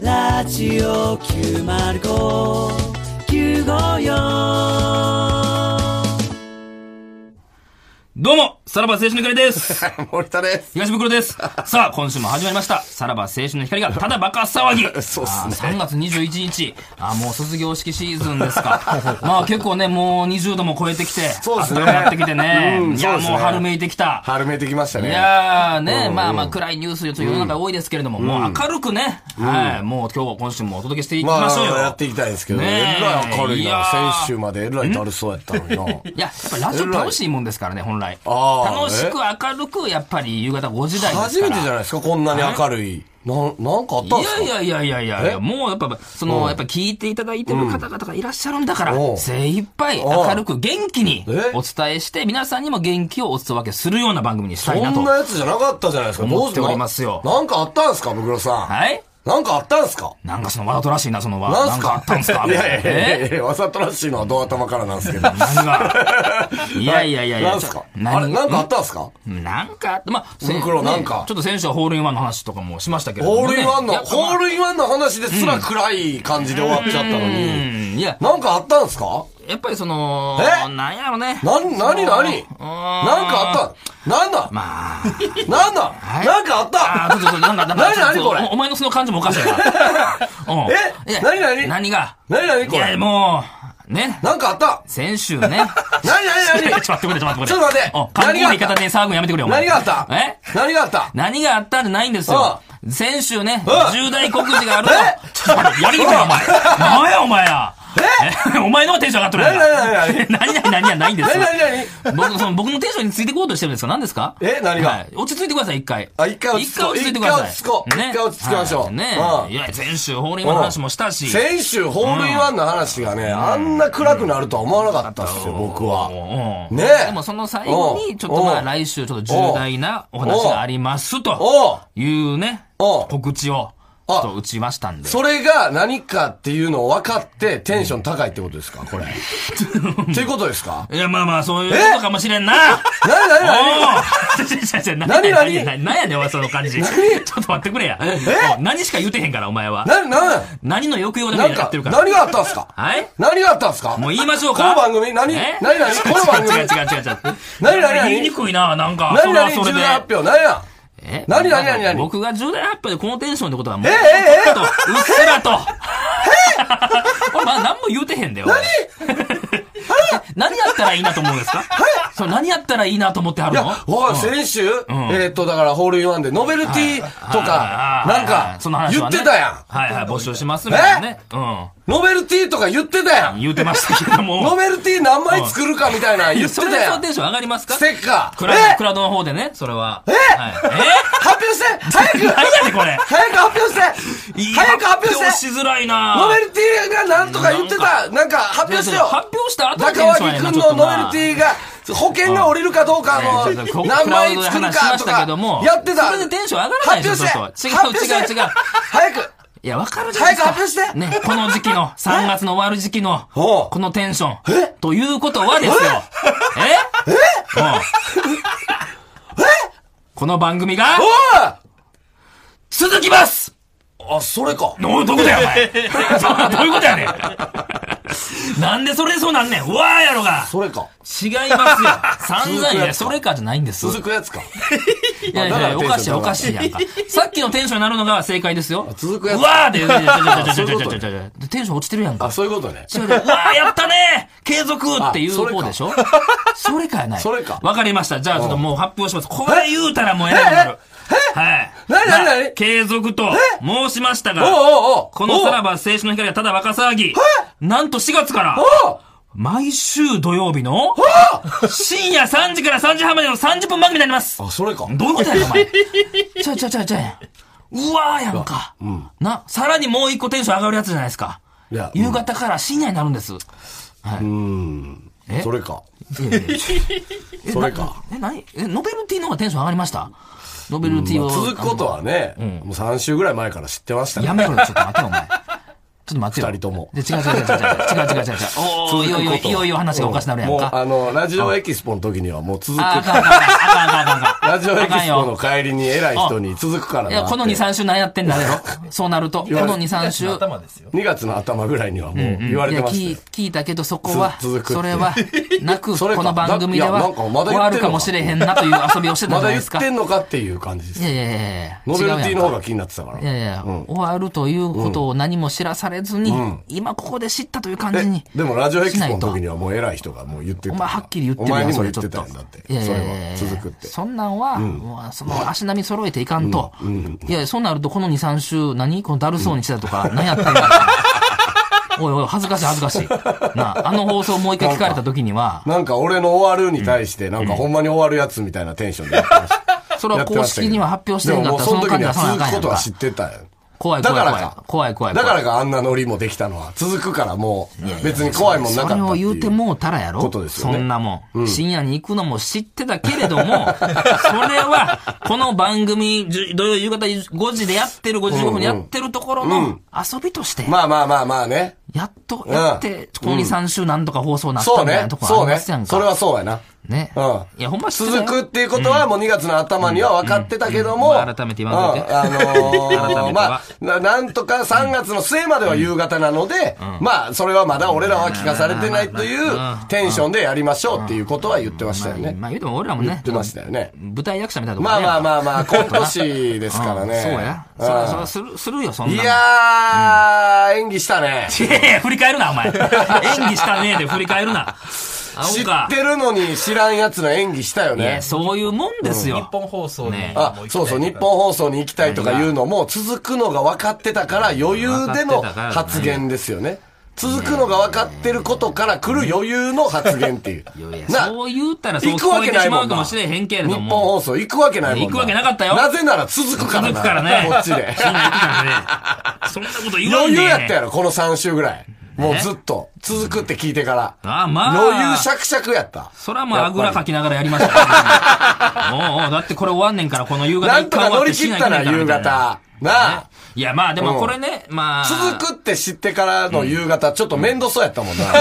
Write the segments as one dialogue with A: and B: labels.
A: ラジオ905-954
B: どうも、さらば青春の光 です。
C: 森田です。
B: 東袋です。さあ、今週も始まりました。さらば青春の光がただバカ騒ぎ。
C: そうっすね
B: あー3月21日。あーもう卒業式シーズンですか。 まあ結構ね、もう20度も超えてきて、
C: そうっすね
B: 暖かくなってきてね。
C: うん
B: い
C: そう
B: や、
C: っすね
B: もう春めいてきた。
C: 春めいてきましたね。
B: いやーね、
C: うん
B: まあまあ暗いニュースと世の中多いですけれども、もう明るくね、はい、もう今日、今週もお届けしていき
C: まあ、
B: ましょうよ。
C: やっていきたいですけど、
B: ね
C: ね、
B: え
C: えらい明るい
B: いや
C: な。
B: ー
C: 先週までえらいだるそうやったのにな。
B: いや、やっぱりラジオ楽しいもんですからね、本来。
C: あー
B: 楽しく明るく、やっぱり夕方5時台です
C: 初
B: から。
C: めてじゃないですか、こんなに明るい。なん、なんかあったんですか
B: いやいやいやいやいや
C: え
B: もうやっぱ、その、やっぱ聞いていただいてる方々がいらっしゃるんだから、
C: おう
B: 精一杯明るく元気に
C: え
B: お伝えして、皆さんにも元気をお伝けするような番組にしたいな
C: そ
B: と
C: ん。なやつじゃなかったじゃないですか。
B: 思って
C: どう
B: おりますよ
C: ななんかあったんですか、ムクロさん。
B: はい
C: なんかあったんですか
B: なんかそのわざとらしいな、そのわ。
C: な
B: なんん
C: す
B: かあ
C: か
B: ったんすか
C: いやいやいや
B: え
C: いや、わざとらしいのはドア頭からなんですけど。い
B: 何がいやいやいやいや。
C: なんすか
B: 何
C: あれ、なんかあったんですか
B: なんかあって、まあ、せ
C: ブクロなんか
B: ねちょっと先週はホールインワンの話とかもしましたけれども
C: ホ
B: ね。
C: ールインワンの、
B: やっぱまあ
C: ホールインワンの話ですら暗い感じで終わっちゃったのに。
B: うん、いや、
C: なんかあったんですか
B: やっぱりその、
C: え
B: なんやろね。
C: な、なになになん
B: うーん
C: かあったなんだ
B: まあ、
C: なんだなんかあっ
B: あ
C: た
B: ーちょっと、なんか、なんか、
C: 何
B: ちょっ
C: 何
B: と
C: これ
B: おお前のその感じもお かしいな。うん
C: え
B: いや
C: 何何
B: 何が
C: なになに
B: い
C: こ
B: や、
C: れ
B: もう、ね。
C: なんかあった
B: 先週 ね。
C: なになに
B: ちょっ
C: なに
B: と待ってくれ、ちょっと待ってくれ。
C: ちょっと待って
B: うん観光の言い
C: 何があ
B: 方
C: った
B: で騒ぐのやめてくれよ、お前
C: 何があった
B: え
C: 何があった
B: 何があったんじゃないんですよ。先週ね、
C: うん
B: 重大告示があると
C: え。
B: ちょっと待って、やりにくいな、お前。 何や、お前や。え お前の方がテンション上がっとるやんか。 何々何々ないんです
C: なに
B: よ。
C: なになに
B: 僕、その、僕のテンションについてこうとしてるんですか何ですか
C: え何が
B: はい落ち着いてください、一回。
C: あ一回落ち着こう
B: 一回落ち着いてください。
C: 一回落ち着こう一回落ち着きましょう
B: はいね
C: うん
B: いや、先週、ホールインワンの話もしたし。
C: 先週、ホールインワンの話がね、あんな暗くなるとは思わなかったっすよ、僕は。
B: うん
C: ねえ
B: でもその最後
C: う
B: に、
C: ん
B: ちょっとまあ
C: うん
B: 来週ちょっと重大なお話がありますと
C: おう
B: いうね、
C: うん
B: 告知をちょっと打ちましたんで。
C: それが何かっていうのを分かってテンション高いってことですか これ。っていうことですか
B: いや、まあまあ、そういうことかもしれんな。
C: なになになに
B: おー何
C: 何
B: や
C: 何
B: 何何やねん、お前その感じ。ちょっと待ってくれや。お何しか言うてへんから、お前は。
C: な、な、
B: 何の抑揚だ
C: な
B: け
C: ん
B: やっ
C: か
B: てる、から。
C: 何があったんすか
B: はい
C: 何があったんすか
B: もう言いましょう
C: こ
B: か。
C: の番組何
B: え
C: 何何この番組
B: 違う違う違う違う。
C: 何何
B: 言いにくいな、なんか。
C: 何何
B: そ
C: 重
B: れ
C: 大
B: はそ
C: 発表何や
B: れで。え
C: 何何何何
B: 僕が重大発表でこのテンションってことはもう、
C: ええええ
B: うっすら と、うっすらと。俺まだ何も言うてへんだよ。何 何やったらいいなと思うんですかそう、何やったらいいなと思ってはる
C: いや、
B: の
C: ほら、先週、えーっと、だから、ホールインワンで、ノベルティとか、
B: はい
C: なんか
B: その、話
C: 言
B: は
C: っ
B: ね
C: てたや。
B: はいはい、募集しますみたいなね。うん
C: ノベルティとか言ってたや
B: ん。
C: ん。
B: 言うてましたけども。
C: ノベルティ何枚作るかみたいなの言って
B: そ
C: た
B: れ
C: や
B: は
C: ん
B: テ。ンション上がりますか
C: ステッカー
B: クラ
C: え
B: クラウドの方でね、それは。
C: え
B: はい
C: 発表して早
B: え
C: く
B: 何やねんこれ
C: 早く発表して
B: いい
C: 早く発表し
B: し
C: て
B: づらいな
C: ノベルティがなんとか言ってたなんか発表しよう
B: 発表した後のテ
C: 中
B: ンションや
C: 脇
B: ね
C: くん
B: ちょ
C: の
B: っとな
C: ノベルティが、保険が降りるかどうか
B: ち
C: の
B: ょっとこ、
C: 何枚作る
B: クラウドで話し
C: か
B: ま
C: と
B: した
C: か
B: けども、
C: やってた。
B: それでテンション上がらないでしょ
C: 発
B: そう
C: 表して
B: そう違う
C: 発表して
B: 違う違う
C: 早く
B: いや、わかるじゃないですか。
C: 早く発表して
B: ね、この時期の、3月の終わる時期の、
C: お
B: こ
C: う
B: のテンション
C: え。
B: ということはですよ。ええこの番組が、
C: お
B: 続きます
C: いあ、それ
B: お
C: か。
B: いどういうことや、お前。 どういうことやねん。なんでそれでそうなんねん。うわーやろが。
C: それか。
B: 違いますよ。 散々、
C: 続く
B: い
C: やつ
B: や、それかじゃないんです。
C: 続くやつか。
B: いやいやいや、お
C: だ
B: か
C: から
B: しい
C: テンション
B: おかしいやんか。さっきのテンションになるのが正解ですよ。
C: 続くやつ
B: うわーで、いやいやいや
C: そういうこと
B: いやいやいやいやいやいやテンション落ちてるやん
C: あ、
B: か。
C: そういうことね。
B: 違う違ううわーやったねー継続っていう
C: あそれか
B: 方でしょそれかやない。
C: それか
B: わかりました。じゃあちょっともう発表します。これ言うたらもうえらいことになる。はい。
C: なになになに
B: まあ継続と申しました
C: おう
B: が、
C: おうおう
B: このさらば青春の光がただ若騒ぎ、なんと4月から、
C: おう
B: 毎週土曜日の、深夜3時から3時半までの30分番組になります
C: お。うあ、それか。
B: どういうことやねん、お 前。ちゃうちゃうちゃうちゃうやん。うわーやんか。な、さらにもう一個テンション上がるやつじゃないですか。
C: いや
B: 夕方から深夜になるんです。え
C: それか。
B: え
C: それか。
B: なえ、何え、ノベルティの方がテンション上がりましたノベルティを。
C: 続くことはね、もう3週ぐらい前から知ってましたね
B: やめろよ、ちょっと待てよ、お前。ちょっと待ってよ。
C: 二人とも
B: で違う違う違う違う違 う違う違う違う。おー、いよいよ、いよいよ話がおかしなるやん
C: もう、
B: か。
C: あの、ラジオエキスポの時にはもう続く。
B: あ、あかんあかんあかんあかんあかんあかん。
C: ラジオエキ
B: あかん
C: スポの
B: よ。
C: 帰りに偉い人に続くからな。
B: いや、この2、
C: 2
B: 3週何やってん だろ。そうなると、こ
C: 言われ
B: の2、3週。
A: 頭ですよ。
C: 月の頭ぐらいにはもう言われ
B: い
C: て
B: や、
C: ましたよ
B: 聞い聞いたけど、そこは
C: つ続くっ、て
B: それ は、なく、
C: それか
B: この番組で
C: だいや
B: は、
C: なんかまだ言ってんのか
B: 終わるかもしれへんなという遊びをしてた
C: ま
B: じゃない
C: だ
B: で
C: 言っ
B: すか。
C: てんのかっていう感じです
B: い。やいやいやいや。
C: ノベルティの方
B: 違うやん
C: が
B: か。
C: 気になってたから。
B: いやいや、終わるということを何も知らされずに、今ここで知ったという感じに
C: え。でもラジオエキスポの時にはもう偉い人がもう言ってた。
B: お前はっきり言ってる
C: お
B: や
C: 前
B: ん
C: にも
B: そ
C: 言
B: れ
C: っ
B: ちょ
C: て
B: ったと
C: んだって。そ
B: いやいやいやい
C: れ
B: や
C: は続くって。
B: そんなんは、もうその足並み揃えていかんと。いや、そうなるとこの2、3週、何このだるそうにしてたと か、何やってんだおいおい、恥ずかしい恥ずかしい。なあ、あの放送もう一回聞かれた時には、
C: なんか俺の終わるに対して、なんかほんまに終わるやつみたいなテンションでやってました。
B: それは公式には発表してんかったら、
C: で
B: そ
C: も
B: の
C: もうその時
B: 間
C: に
B: に
C: は
B: はそんなあかん
C: 続
B: や
C: くこ
B: ん
C: とは
B: か
C: 知。ってたよ。
B: 怖い
C: だ
B: 怖
C: か
B: い
C: ら
B: 怖い
C: か。。
B: 怖い怖い
C: だ
B: 怖い。
C: からかあんなノリもできたのは、続くからもう、別に怖いもんなかったって
B: そ
C: い
B: れ
C: う。
B: を言うてもうたらやろ
C: ことですよね
B: そんなもん,、深夜に行くのも知ってたけれども、そ れは、この番組、じゅ土曜夕方5時でやってる、5時5分にやってるところの遊びとして、
C: まあまあまあまあね。
B: やっとやって、ここに3週なんとか放送なった
C: そう
B: みたいな
C: ね
B: と。ころ
C: そ
B: あり
C: う
B: ま
C: ね。
B: すやん
C: それ
B: か。
C: はそうやな。
B: ね。
C: うん
B: いや、ほんま知ってた
C: 続
B: よ
C: くっていうことはもう2月の頭には分かってたけども、
B: うんうんまあ改めて言わんといて
C: うんあのー
B: 改めては
C: まあ、ななんとか3月の末までは夕方なので、まあ、それはまだ俺らは聞かされてないというテンションでやりましょうっていうことは言ってましたよね。
B: まあ言うても俺らもね
C: 言っ、てましたよね。
B: 舞台役者みたいなとこ
C: ま
B: ろ
C: あ
B: ね
C: まあまあまあ、今年ですから
B: うん
C: ね。
B: そうや。
C: うん
B: そらそらする、するよ、そんないもん
C: やー、演技したね。
B: いやい や振り返るな、お前。演技したねえで振り返るな。あ
C: 知
B: お
C: っ
B: か。
C: てるのに知らんやつの演技したよ
B: いや、
C: ね。
B: そういうもんです
A: 日
B: よ。
A: 本放送に
B: ね
A: も行き
C: あ
A: たい、とか
C: そうそう、日本放送に行きたいとかいうのも、続くのが分かってたから、余裕での発言ですよね。続くのが分かってることから来る余裕の発言っ ていう。
B: いやいや
C: な、
B: そう言ったらそう
C: 行
B: 聞
C: く
B: こ
C: わ
B: え
C: け
B: て
C: な
B: し
C: い
B: ま
C: も
B: うんか
C: な。
B: もしれへんけれ
C: 日
B: ど
C: 本
B: も。
C: 放送行くわけないもんな。
B: 行くわけなかったよ
C: なぜなら続くからな。
B: 続くからね。
C: こっ ちで。
B: そんな言ってたんでねそんなこと言わん
C: 余
B: でえ
C: 裕
B: え
C: やったやろ、この3週ぐらい。もうずっと、続くって聞いてから。
B: あまあ
C: 余裕シャクシャクやった。
B: そらまあ、あぐらかきながらやりました からねおうおうだってこれ終わんねんから、この夕方
C: なん
B: 一
C: と
B: 回
C: か
B: 終わっ
C: 乗
B: て
C: り
B: し
C: 切
B: な
C: っ
B: いとい
C: た
B: け
C: な、
B: い
C: 夕
B: みたい
C: 方。なあ。
B: いや、まあでもこれね、まあ。
C: 続くって知ってからの夕方、ちょっと面倒そうやったもんな。
B: そ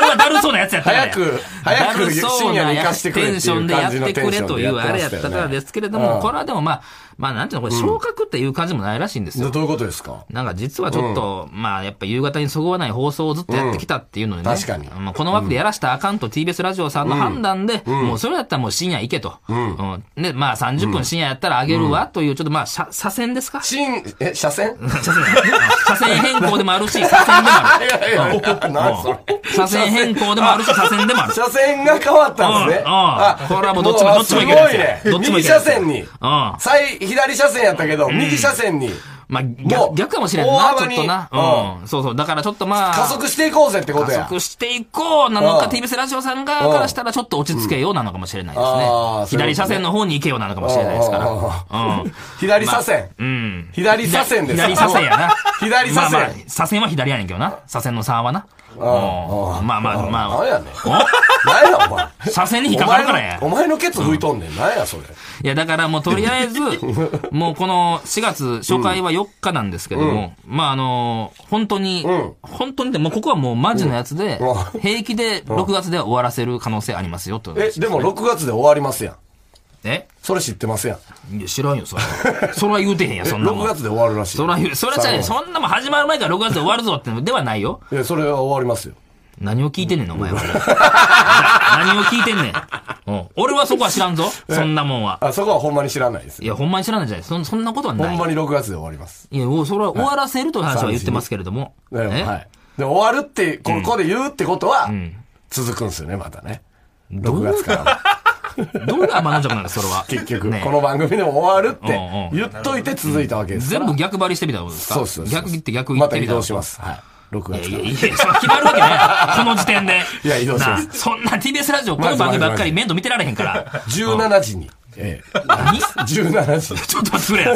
B: れはだるそうなやつやったからや
C: 早く早く
B: だるそう
C: 深夜
B: な
C: に
B: や
C: 行かせてくれって
B: テ
C: いう
B: ンションでやっ
C: 感じの
B: て
C: テン
B: く
C: シ
B: れ
C: ョン
B: と
C: で
B: い
C: や
B: う、
C: ってましたよね
B: あれやったからですけれど
C: う
B: も、
C: ん
B: これはでもまあ、まあなんていうの、これ昇格っていう感じもないらしいんですよ。
C: どういうことですか
B: なんか実はちょっと、まあやっぱ夕方にそぐわない放送をずっとやってきたっていうのでね。
C: うん確かに
B: まあこの枠でやらしたらあかんと TBS ラジオさんの判断で、もうそれやったらもう深夜行けと。うんで、まあ30分深夜やったらあげるわという、ちょっとまあ、車車線ですか
C: 新、え、 車線
B: 車線車線変更でもあるし、車線でもあ
C: い
B: る。
C: やいやいや、 何それ。
B: 車線変更でもあるし、車線でもある。
C: 車線が変わったんですね。
B: うんうんこれはもうどっちもどっちもいけ
C: す
B: る
C: ご
B: やつ
C: いね
B: や。どっちもいけるや
C: 右車
B: つや
C: 線に
B: うん。
C: 最、左車線やったけど、右車線に
B: まあ、
C: も
B: 逆
C: う
B: 逆かもしれんな
C: 大、
B: ちょ
C: 幅
B: っ
C: に
B: とな。うん。そうそう。だからちょっとまあ。
C: 加速していこうぜってこと
B: 加
C: や。
B: 速していこうなのか、
C: うん
B: TBS ラジオさん側からしたらちょっと落ち着けようなのかもしれないです
C: うん
B: ね
C: あー。そういうことね
B: 左車線の方に行けようなのかもしれないですか
C: うんうん
B: ら。うん。
C: 左車線。
B: うん。
C: 左車線です。
B: 左左車線やな
C: 左車線
B: まあまあ、車線は左やねんけどな。車線の差はな。うん
C: うん
B: まあまあま
C: 何
B: あ。
C: やねん。何やお前。
B: 車線 に引っか
C: お
B: かる
C: 前
B: からや
C: の、。お前のケツ拭いとんねん。何やそれ。
B: いや、だからもうとりあえ ず、もうこの4月、初回は4日なんですけども、まああの、本当に、
C: ん
B: 本当にでもうここはもうマジのやつで、
C: う
B: 平気で6月では終わらせる可能性ありますよと。
C: え、でも6月で終わりますやん。
B: え
C: それ知ってますやん。
B: いや、知らんよ、それは。 それは言うてへんや、そんなも
C: 6
B: ん。
C: 月で終わるらしい。
B: それは言う、それはじゃ
C: 最後
B: そんなもん始まる前から6月で終わるぞってのではないよ。
C: いや、それは終わりますよ。
B: 何を聞いてんねんな、お前は。 何を聞いてんねん。うん俺はそこは知らん ぞ、そんなもんは。
C: あ、そこはほんまに知らないです
B: い。や、ほんまに知らないじゃない。そんそんなことは
C: ほ
B: ない
C: ん。まに6月で終わります。
B: いや、おそれは終わらせるという話は言ってますけれども。
C: でも
B: え
C: はい。で、終わるって、ここで言うってことは、続くんですよね、またね。6月か らは。
B: どういう天の弱なんだ、それは。
C: 結局、
B: ね
C: この番組でも終わるっ
B: うん
C: て
B: うん
C: 言っといて続いたわけですから。
B: 全部逆張りしてみたらどうですか
C: そうですそうです。
B: 逆言って逆言
C: ま
B: ったてみ
C: 移
B: たら。
C: 動します。はい。6
B: い
C: 月
B: やいやいや、
C: か
B: それ決まるわけないやろ。この時点で。
C: いや移動します
B: なあそんな TBS ラジオ、この番組ばっかり面倒見てられへんから。
C: ら。17時に。ええ。
B: 何
C: 17時 に。
B: ちょっと待ってく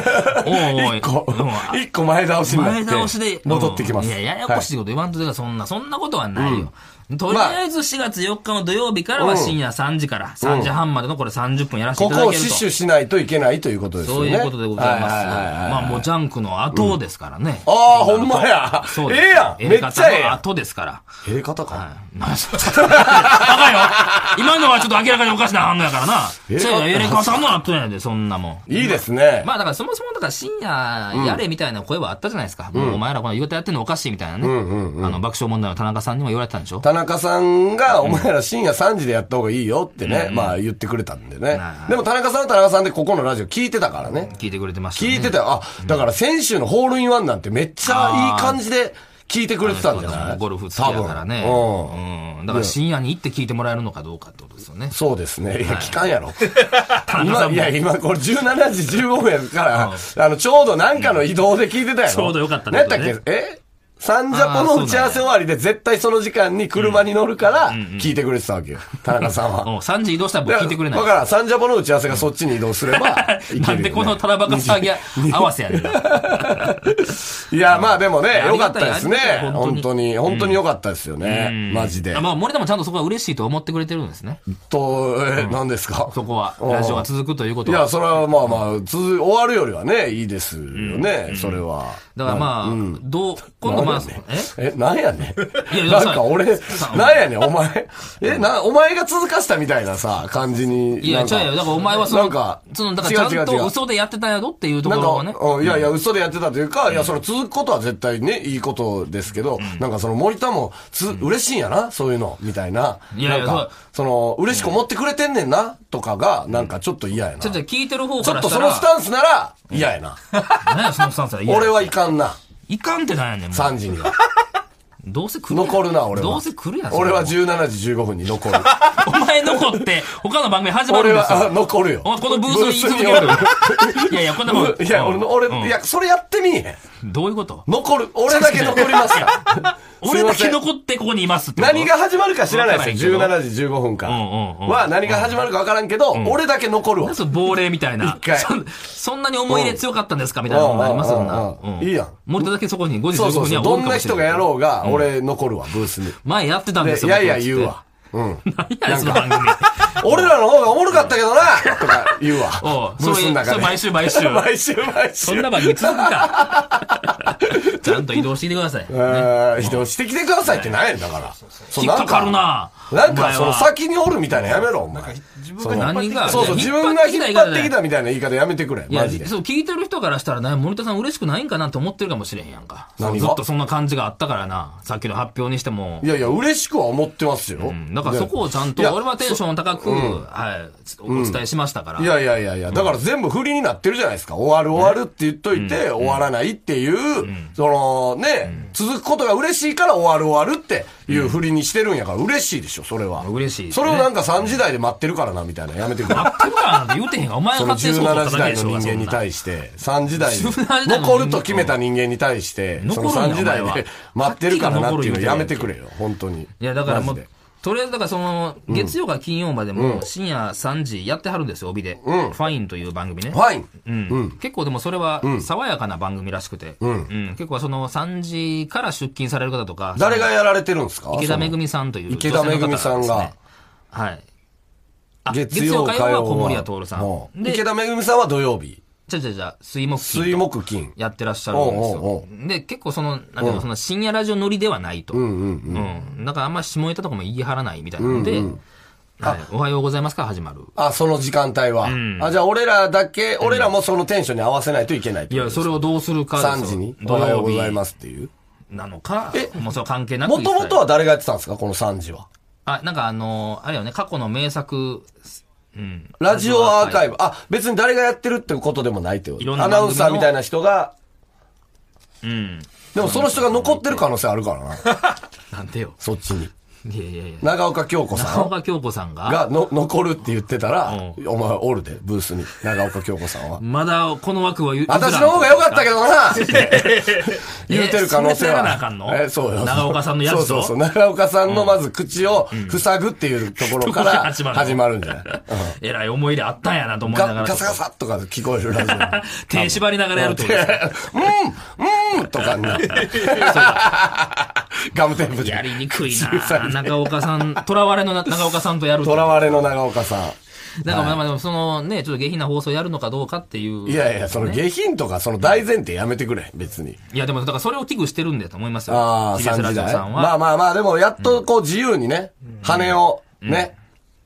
B: れ。おいおい。
C: こう
B: うん
C: 一個前倒しになっ
B: 前
C: て。
B: 倒しで。
C: 戻ってきます。
B: いや、ややこしいこと言わんとでか、そんな、そんなことはないよ。とりあえず4月4日の土曜日からは深夜3時から、3時半までのこれ30分やらせてい
C: こ
B: ただ
C: こを
B: けると。
C: 死守しないといけないということですよ
B: そう
C: ね。
B: いうことでございます。
C: ははいはいはい
B: まあもうジャンクの後ですからね。
C: ああ、ほんまや。
B: そう
C: え
B: で
C: え
B: す
C: やん。めっちゃえ
B: 映
C: え
B: 画の
C: や
B: 後ですから。
C: ん。ええ方か。
B: まあそう高いよ今のはちょっと明らかにおかしな反応やからな。
C: え
B: そうや、エレカさんの後やで、そんなもん。
C: いいですね。
B: まあだからそもそもだから深夜やれみたいな声はあったじゃないですか。もうお前らこの言うてやってんのおかしいみたいなね。あの爆笑問題の田中さんにも言われてたんでしょ
C: 田中さんが、お前ら深夜3時でやった方がいいよってね、まあ言ってくれたんでね
B: は。い
C: でも田中さんは田中さんでここのラジオ聞いてたからね。
B: 聞いてくれてました、ね。
C: 聞いてたよ。あ、だから先週のホールインワンなんてめっちゃいい感じで聞いてくれてたんじゃない
B: ゴルフ好きだからね。
C: 多分うん。
B: うん。だから深夜に行って聞いてもらえるのかどうかってことですよね。
C: そうですね。いや、聞かん やろ。
B: 田中さ
C: 今、
B: んも
C: いや、今、これ17時15分やから、あの、ちょうどなんかの移動で聞いてたやろ。
B: ちょうどよかったね
C: ね。やったっけえサンジャポの打ち合わせ終わりで絶対その時間に車に乗るから、聞いてくれてたわけよ。田中さん は。
B: うん3時移動したら僕聞いてくれない
C: だ。から、サンジャポの打ち合わせがそっちに移動 すれば、いけるよね
B: なんでこのタラバカ騒ぎ合わせやねん。
C: いや、まあでも
B: い
C: ね、
B: や
C: よかったですね
B: ありがたいあ。りがたい
C: 本
B: 本
C: 当
B: 当
C: に、本当によかったですよ
B: う
C: ね。
B: ん
C: マジで。
B: まあ、森田もちゃんとそこは嬉しいと思ってくれてるんですね。
C: と、え、何ですか
B: そこは、ラジオが続くというこ
C: い
B: とは。
C: や、それはまあまあ、続い終わるよりはね、いいですよね、それは。
B: だからまあ、どう、今度まあ、え
C: え、なんやね
B: いや
C: ん。
B: いや
C: なんか俺、なんやねん、お 前。え、な、お前が続かしたみたいなさ、感じに。
B: いや、
C: なん
B: 違うよ。だからお前はそ
C: な
B: の、
C: んか、
B: その、だからちゃん
C: 違う違う違
B: と
C: う
B: 嘘でやってたやろっていうとこ
C: なん
B: ろをね
C: か、。うん、いやいや、嘘でやってたというか、いや、それ続くことは絶対ね、いいことですけど、なんかその森田も、つ、嬉しいんやな、そういうの、みたいな。
B: いやいや
C: なんか、その、嬉しく思ってくれてんねんな、とかが、なんかちょっと嫌やな。
B: ちょっと
C: ち
B: 聞いてる方か
C: ょっ
B: ら
C: と
B: した
C: その
B: ら、
C: スタンスなら、嫌やな。
B: 何やそのスタンスは嫌や
C: 俺はいかんな、
B: いかんってなんやねん、もう
C: 3時には。
B: どうせ来るやん
C: 残るな、俺は。
B: どうせ来るやん。それ
C: 俺は17時15分に 残る。
B: お前残って、他の番組始まる
C: 俺
B: んです
C: は、あ
B: よ。
C: 残るよ。
B: お前このブースに居続け
C: ブ
B: る
C: ースに。
B: いやいや、こんなも
C: おる
B: ん。
C: いや、俺の、俺、
B: うん
C: いや、それやってみいへん。
B: どういうこと
C: 残る。俺だけ残りますから。
B: 俺だ
C: すいませ
B: け
C: ん
B: 残ってここにいますってこと
C: 何が始まるか知らないですよ。
B: わから
C: 17時15分か。
B: んうんうん
C: は何が始まるか分からんけど、俺だけ残るわ。
B: そう、亡霊みたいな。
C: 一回
B: そんそんなに思い入れ強かったんですかみたいなことになりますよな
C: うんうんうん。
B: う
C: いいやん
B: 森田だけそこに5時
C: そう
B: 15
C: そう
B: 分には
C: そう。
B: お
C: ど
B: るか
C: んな
B: もしれ
C: 人
B: な
C: が
B: い
C: やろうが、俺残るわ、ブースに。
B: 前やってたんです
C: で、
B: よ。
C: いや
B: 僕
C: い
B: つっ
C: や
B: て
C: 言うわ。。うん。
B: 何や、その番組。
C: 俺らの方がおもろかったけどな とか言うわ
B: おう。
C: ブ
B: そ
C: ースの
B: れ、
C: 中
B: そ
C: で。
B: れ毎週毎週。
C: 毎週毎週。
B: そんな番組続くか。 ちゃんと移動してきてください。
C: えー移動してきてくださいってなんやんだから。そう
B: 引っかかるな
C: なん
B: お前
C: か、
B: は
C: その先におるみたいなやめろ、お前。
A: 自分が
B: 何が
C: そうそう、自分が引っ張ってきたみたいな言い方やめてくれ、
B: いや、
C: マジで。
B: そう、聞いてる人からしたらね、森田さん嬉しくないんかなと思ってるかもしれへんやんか。
C: 何が
B: ずっとそんな感じがあったからな。さっきの発表にしても
C: い。やいや、嬉しくは思ってますよ。
B: うんだからそこをちゃんと、
C: いや
B: 俺はテンション高く、はい、おお伝えしましたから。
C: いやいやいやいや、だから全部不利になってるじゃないですか。終わる終わるって言っといて、終わらないっていう、そのね、続くことが嬉しいから終わる終わるっていう不利にしてるんやから嬉しいでしょ、それは。
B: 嬉しいです
C: そ
B: ね
C: れをなんか3時台で待ってるからな、みたいな。やめてく れ。
B: やってるからなんて言うてへんが、お前
C: そ
B: が
C: の
B: 勝手にそう取
C: 17
B: っただ
C: 時
B: け
C: 代
B: で
C: の
B: しょ
C: 人
B: うが。
C: 間に対して、3時代
B: 17時代の人間
C: 残ると決めた人間に対して、そ
B: 残る
C: の
B: んだ
C: 3時代
B: お前
C: で
B: は
C: 待ってるからなっていうのや
B: はっきり残る言うてるやんけ
C: やめてくれよ、本当に。
B: いや、だからも
C: マジ
B: う
C: で、
B: とりあえず、だからその、月曜から金曜までも、深夜3時やってはるんですよ、帯で。ファインという番組ね
C: フ。ァイン
B: うん結構でもそれは、爽やかな番組らしくて。うん結構その3時から出勤される方とか。
C: 誰がやられてるんですか
B: 池田めぐみさんという
C: 池田めぐみさ
B: 女
C: んが
B: 性の方ですねはい。あ
C: 月曜火曜は
B: 小森屋徹さ。
C: うんん
B: で
C: 池、田めぐみさんは土曜日。
B: じゃじゃじゃ水木金と
C: 水木金。
B: やってらっしゃるんです
C: おうお
B: よ。で、結構その、なんていうの、その深夜ラジオ乗りではないと。うん。だからあんま下ネタとかも言い張らないみたいなので、はいおはようございますから始まる。
C: あ、その時間帯は。あ、じゃあ俺らだけ、俺らもそのテンションに合わせないといけないって
B: い
C: こ
B: や、
C: とです
B: それをどうするか
C: 3時にお
B: 土
C: はよう
B: 曜
C: ご
B: 日
C: ざいますっていう。
B: なのか
C: え、
B: もうそれは関係なく。
C: もともとは誰がやってたんですかこの3時は。
B: あ、なんかあのー、あれよね、過去の名作、うん。
C: ラジオアーカイブ。あ、別に誰がやってるってことでもないってこ
B: いろん
C: と。
B: な
C: ア
B: 番組
C: ナ
B: の
C: ウンサーみたいな人が、
B: うん。
C: でもその人が残ってる可能性あるから な。
B: なんで よ。
C: そっちに。
B: いやいやいや。
C: 長岡京子さ
B: 長
C: ん
B: 岡京子さんが、
C: がの残るって言ってたら、お前おるで、ブースに。長岡京子さんは。
B: まだこの枠はゆ
C: 私の方が良かったけ
B: ど。
C: どな言うてる可能性
B: えそんなやらな
C: は
B: あかんの。
C: え、そうよ。
B: 長岡さんのやつと
C: そうそうそう。長岡さんのまず口を塞ぐっていうところから
B: 始まる
C: 始まるんじ ゃない
B: えらい思い出あったんやなと思いなが
C: ガ
B: ら。
C: ガサガサとか聞こえるラジ
B: 手縛りながらやるってことですか
C: オ。うんうんとかになる。ガムテープ
B: やり
C: で。
B: にく いな中岡さん、囚われのな中岡さんとやる
C: 囚
B: と。
C: われの長岡さ
B: だからまあまあでもそのね、ちょっと下品な放送やるのかどうかっていう。
C: ん。いやいや、その下品とか、その大前提やめてくれ、別に。
B: いやでもだからそれを危惧してるんだと思いますよ。
C: ああ、
B: TBS
C: 3
B: ラ
C: 時
B: ジオ
C: 代。
B: さんは。
C: まあまあまあ、でもやっとこう自由にね、羽をね、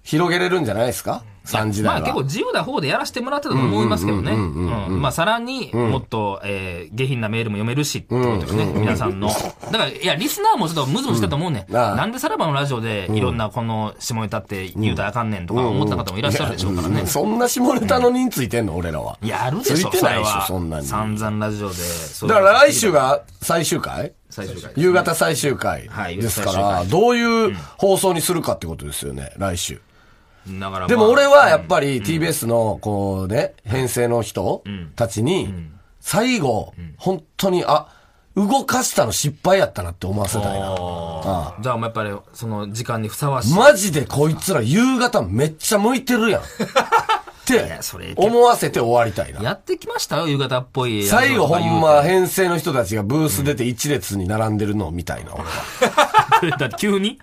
C: 広げれるんじゃないですか ?3 時代
B: ま
C: は。
B: あ結構自由な方でやらせてもらってたと思いますけどね。うんまあさらにもっと、えー下品なメールも読めるしってことですね。皆さんの。だから、いや、リスナーもちょっとムズムズしてたと思うね、ん。
C: ああ
B: なんでさらばのラジオでいろんなこの下ネタって言うたらあかんねんとか思った方もいらっしゃるでしょうからね
C: うん。 そんな下ネタの人ついてんの、俺らは。
B: やるでしょ、
C: ついてないでしょ
B: れは
C: そんなに
B: 散々ラジオで。そう
C: だから来週が最終回
B: 最終回です
C: 夕方最終回
B: はい
C: ですか
B: 夕方
C: ら、
B: 最
C: どういう放送にするかってことですよね、来週。
B: だからまあ、
C: でも俺はやっぱり TBS のこうね、編成の人たちに、最後、本当に、あ、動かしたの失敗やったなって思わせたいな。
B: ああじゃあもうやっぱり、その時間にふさわしい。
C: マジでこいつら夕方めっちゃ向いてる やん。って
B: やそれ
C: 思わせて終わりたいな。
B: やってきましたよ、夕方っぽい。
C: 最後ほんま
B: ラジ
C: 編成の人たちがブース出て一列に並んでるのを見たいな、俺は。
B: オとか言うて。だって 急に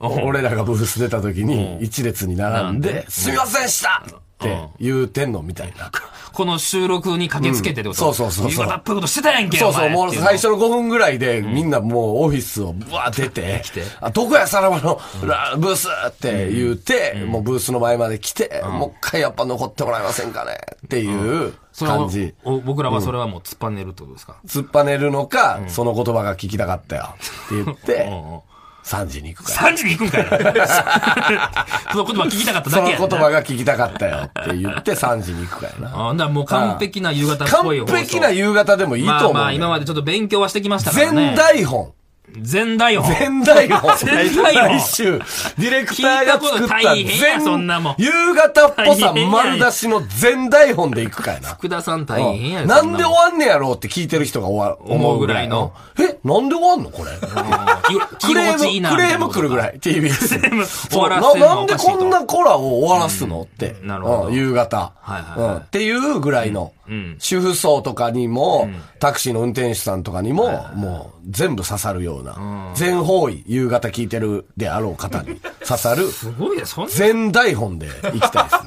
C: うん俺らがブース出た時に一列に並ん
B: 並ん
C: で、すみませんでしたって言うてんのみたいな。
B: この収録に駆けつけてってこと、
C: うんそうそうそうそう
B: 夕方っぽいことしてたやんけ
C: そうそう、もう最初
B: の。
C: の5分ぐらいでみんなもうオフィスをブワー出て
B: 来て、
C: あ、どこやさらばのらブースって言うて、もうブースの前まで来て、もう一回やっぱ残ってもらえませんかねっていう
B: それは
C: 感じ。
B: お僕らはそれはもう突っぱねるってことですか、
C: 突っぱねるのか、その言葉が聞きたかったよって言って
B: うんうん、
C: 3時に行くから。
B: 3時に行くんかい なその言葉聞きたかった
C: そ
B: だ
C: の
B: け
C: 言
B: やんな
C: 葉が聞きたかったよって言って3時に行くからな。
B: あだからもう完璧な夕方っぽい放
C: 完
B: 送
C: 璧な夕方でもいい
B: ま
C: と
B: あ
C: 思
B: ま
C: う
B: あ
C: ね。
B: 今までちょっと勉強はしてきましたからね
C: 全台本。
B: 全大本
C: 全台本。
B: 全台本
C: 来週。ディレクターが作
B: 聞いたこと
C: っ
B: 大
C: た
B: 変や
C: 全、
B: そんなもん
C: 夕方っぽさ
B: 大変や
C: 丸出しの全台本でいくかいな。
B: 福田さん大変や
C: う
B: で
C: ん
B: そ
C: なんで終わんねやろうって聞いてる人が終わ
B: 思うぐらいの。
C: うんえなんで終わんのこれ。
B: うん
C: クレー
B: 気持
C: ム、
B: ちいいな
C: クレーム来るぐら
B: い
C: い。TBS。
B: レーム終
C: そう
B: わら
C: な
B: せるのは
C: なんでこんなコラを終わらすのって。
B: なるほど
C: うん夕方。
B: はいはいはい
C: うんっていうぐらいの。主婦層とかにも、タクシーの運転手さんとかにも、もう全部刺さるような。全方位、夕方聞いてるであろう方に 刺さる。
B: すごいねそんな
C: 全台本で行き たいですね。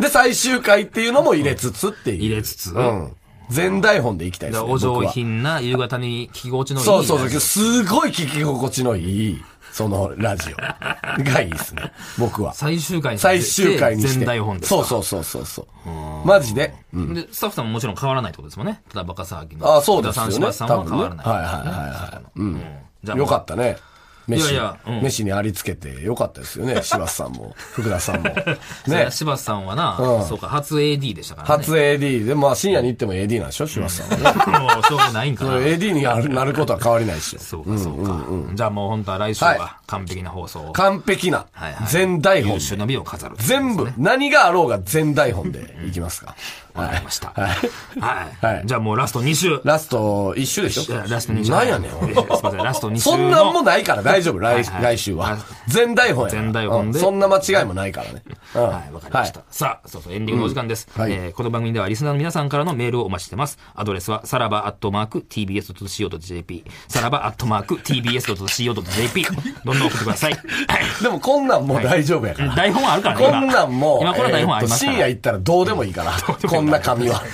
C: で、最終回っていうのも入れつつっていう。
B: 入れつつ
C: うん。全台本で行きたいで
B: だ
C: す
B: から
C: ね。
B: お上
C: 僕は
B: 品な夕方に聞き心地のいい
C: そうそうそう。すごい聞き心地のいい、そのラ ジオがいいですね。僕は。
B: 最終回に
C: 最終回にして。
B: 全大本ですか
C: そうそうそうそうそう。マジで。うん
B: で、スタッフさんももちろん変わらないってことですもんね。ただバカ騒ぎの。
C: あそうですよね
B: 福田さん、柴田さんは変わらない。。
C: 多分ねはいはいはいはい
B: うん。じゃあ、
C: よかったね。飯
B: いやいやうん
C: 飯にありつけてよかったですよ ね。柴田さんも、福田さんも。
B: たね。
C: ね。
B: 柴田さんはな、
C: うん
B: そうか、初 AD でしたからね。
C: 初 AD で、まあ深夜に行っても AD なんでしょ柴田さ んはね。
B: もう、しょうがないんか
C: そ
B: な。
C: れ AD になるなることは変わりないですよ。
B: そうか、そうか。じゃあもう本当は来週
C: は
B: は完璧な放送を。
C: 完璧な
B: はいはい、
C: 全台
B: 優
C: 本。
B: 秀の美を飾る。
C: 全部、何があろうが全台本でいき ますか。
B: わかりました。
C: はい
B: は。
C: はいい
B: じゃあもうラスト2週。
C: ラスト一周でしょ
B: いやラスト2週。
C: なんやねん。
B: いやすいません、ラスト2週。
C: そんなんもないから大丈夫、来
B: はい
C: 来週
B: は。
C: はい全台本やから。
B: 全台本で
C: うんそんな間違いもないからね。うん
B: はい、わかりました。。さあ、そうそう、エンディングのお時間です。
C: うんはい
B: えーこの番組ではリスナーの皆さんからのメールをお待ちしてます。アドレスは、さらばアットマーク tbs.co.jp。さらばアットマーク tbs.co.jp。どんどん送ってください。はい
C: でもこんなんもう大丈夫やから。
B: 台本はあるからね、
C: こ
B: 今
C: んなんもう、
B: 今この台本あ
C: え
B: り
C: ー
B: ま
C: っと
B: すから。
C: 深夜行ったらどうでもい いから、こんな紙は。う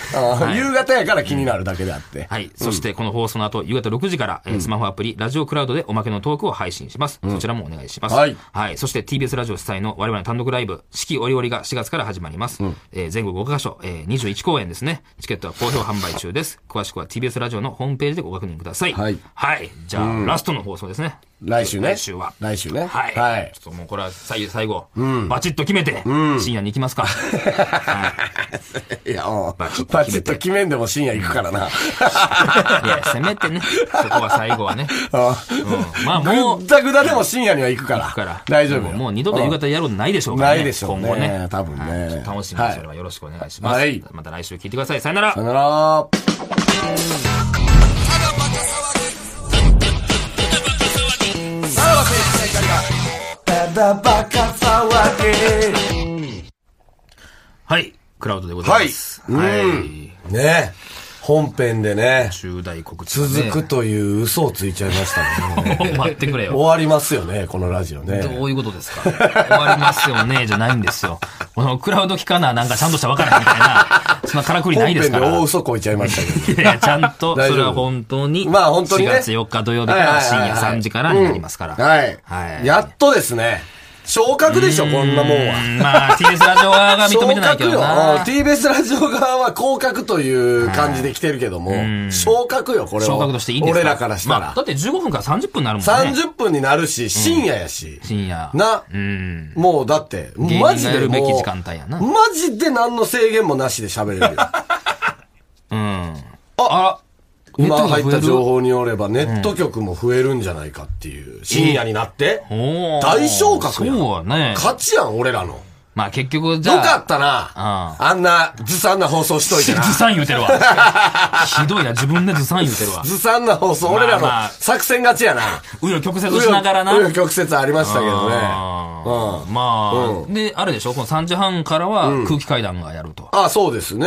C: ん夕方やから気になるだけであって。
B: はい。そして、この放送の後、夕方6時から、えースマホアプリ、ラジオクラウドでおまけのトークを配信します。そちらもお願いします。
C: はい
B: そして、TBS ラジオ主催の我々の単独ライブ、四季折々が4月から始まります。えー全国5カ所、えー21公演ですね。チケットは好評販売中です。詳しくは TBS ラジオのホームページでご確認ください。
C: はい
B: はい。じゃあ、ラストの放送ですね。
C: 来週ね。
B: 来週は。
C: 来週ね。
B: はい。
C: はい
B: ちょ。っともうこれは最最後、バチッと決めて、深夜に行きますか。
C: いや、うん
B: バチッと決めて
C: バチッと決めんでも深夜行くから
B: い
C: な。
B: や、せめてね、そこは最後 はね。うん、まあもう
C: ぐっ、たぐだでも深夜には行くか
B: からら。。
C: 大丈夫よ
B: もう二度と夕
C: うん
B: 方やることないでしょうからね。
C: ないでしょうね
B: 今後ね。
C: 多分ね
B: はいちょっと楽しみにそれはよろしくお願いします。
C: はい
B: また来週聞いてください。さよなら
C: さ。よなら。ただバカ騒げ。
B: はい。クラウドでございます。
C: はい
B: はい。
C: ねえ。本編でね、
B: 重大告知、ね。
C: 続くという嘘をついちゃいました ね。
B: 待ってくれよ。
C: 終わりますよね、このラジオね。
B: どういうことですか終わりますよね、じゃないんですよ。このクラウド聞かな、なんかちゃんとしたわからへんみたいな、そんなからくり
C: 本
B: ない
C: 編
B: です
C: で
B: から。
C: 大
B: い
C: 嘘こいちゃいましたけど。
B: やいやちゃんと、
C: 大丈夫
B: それは本当に、
C: まあ本当にね
B: 4月4日土曜日から深夜3時からになりますから。
C: はい。
B: はい
C: やっとですね、昇格でしょ、こんなもんは。
B: うんまあ、TBS ラジオ側が認めてないけど
C: よ。うん
B: な。
C: TBS ラジオ側は降格という感じで来てるけども、昇格よ、これは。
B: 昇格としていいんですか
C: 俺らからした
B: ま
C: ら
B: あだ。って15分から30分になるもんね。
C: 30分になるし、深夜やし。
B: 深夜。
C: な、
B: うん。
C: もうだって、
B: 芸人
C: マジ
B: がや
C: で
B: るべき
C: も
B: 時
C: う、
B: 間帯やな。うん。
C: マジで何の制限もなしで喋れる よ。
B: ああネッ
C: 今
B: トが増
C: 入っ
B: え
C: た
B: る
C: 情報によれば、ネット局も増えるんじゃないかっていう、深夜になって、
B: おー
C: 大昇格やん
B: そうやね。
C: 勝ちやん、俺らの。
B: まあ結局、じ
C: よ
B: ゃあ。
C: かったな。あんな、ずさんな放送しといてな。
B: ずさん言うてるわ。ひどいな、自分でずさん言うてるわ。
C: ずさんな放送、俺らの
B: まあ
C: 作戦勝ちやな。
B: うよ曲折しながらな。
C: 紆余曲折ありましたけどね。
B: あー
C: うん。
B: ま
C: う
B: あ、で、あれでしょこの3時半からは空気階段がやると。
C: あ、そうですね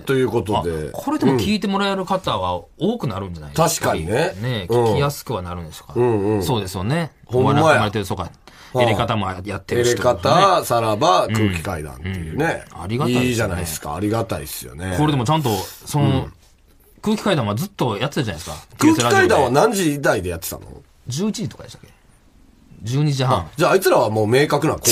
B: え。
C: ということ
B: あ
C: で。
B: これでも聞いてもらえる方は多くなるんじゃないですか。
C: 確かにね
B: ね
C: うん
B: 聞きやすくはなるんですか。そうですよね。
C: ほんまや
B: お笑い生まれてる、そうか。入れ方もやって
C: 入
B: るし
C: れ
B: ということね。
C: 方、さらば、空気階段っていうね。
B: うんありがたいですね
C: いいじゃないですか。ありがたいですよね。
B: これでもちゃんと、その、空気階段はずっとやってたじゃないですか。
C: 空気階段
B: TBS ラジオ
C: は
B: で
C: 何時以来でやってたの
B: ?11 時とかでしたっけ ?12 時半。
C: じゃあ、あいつらはもう明確な降格。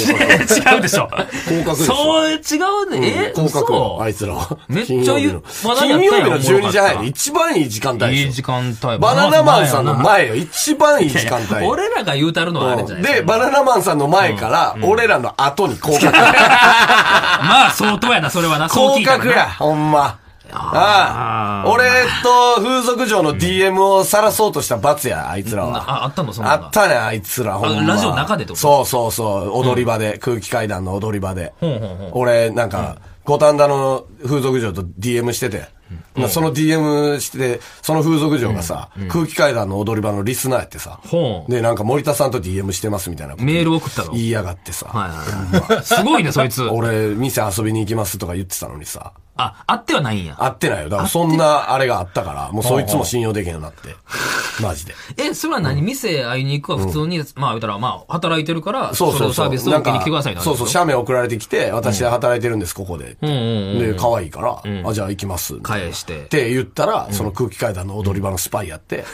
B: 違うでし ょ。
C: 広角でしょ
B: そう、違う ね。え
C: 降格よ
B: 嘘
C: あいつらは。
B: めっちゃ
C: 金曜日の
B: 話題
C: 金
B: やった
C: 曜
B: やん
C: 日の12時
B: おもろかった
C: 半に一番いい時間帯でしょ
B: いい時間帯。
C: バナナマンさんの
B: バナナマンや
C: 前よ。一番いい時間
B: な。
C: 帯。
B: 俺らが言うたるのはあれじゃない
C: で、バナナマンさんの前から、俺らの後に降格。
B: まあ、相当やな、それはな。そう
C: 降
B: 聞いたら
C: 格
B: な
C: や、ほんま。ああ
B: あー
C: 俺と風俗嬢の DM を晒そうとした罰や、あいつらは。
B: あ、あったの、そんな
C: あ
B: のが
C: ったね、あいつら、ほんま。
B: あラジオの中でってこと
C: そうそうそう、踊り場で、空気階段の踊り場で。
B: ほんほんほん
C: 俺、なんか、五反田の風俗嬢と DM してて、まあその DM して、その風俗嬢がさ、空気階段の踊り場のリスナーやってさ、
B: ほう
C: で、なんか森田さんと DM してますみたいなこと
B: メール送ったの。は
C: 言
B: い
C: いやがってさ、
B: はいはい。すごいね、そいつ。
C: 俺、店遊びに行きますとか言ってたのにさ、
B: あ、あってはないんや。
C: 会ってないよ。だからそんなあれがあったから、もうそいつも信用できへんようになって。マジで。
B: え、それは何店会いに行くは普通に、まあ言うたら、まあ働いてるから、
C: そう
B: れ
C: そ
B: を
C: うそ
B: サ
C: う。
B: ービスを受けに来てください
C: なんかそうそう、写メ送られてきて、私は働いてるんです、ここでって。で、可愛いから、あ、じゃあ行きます。みたいな
B: 返して
C: って言ったら、その空気階段の踊り場のスパイやって、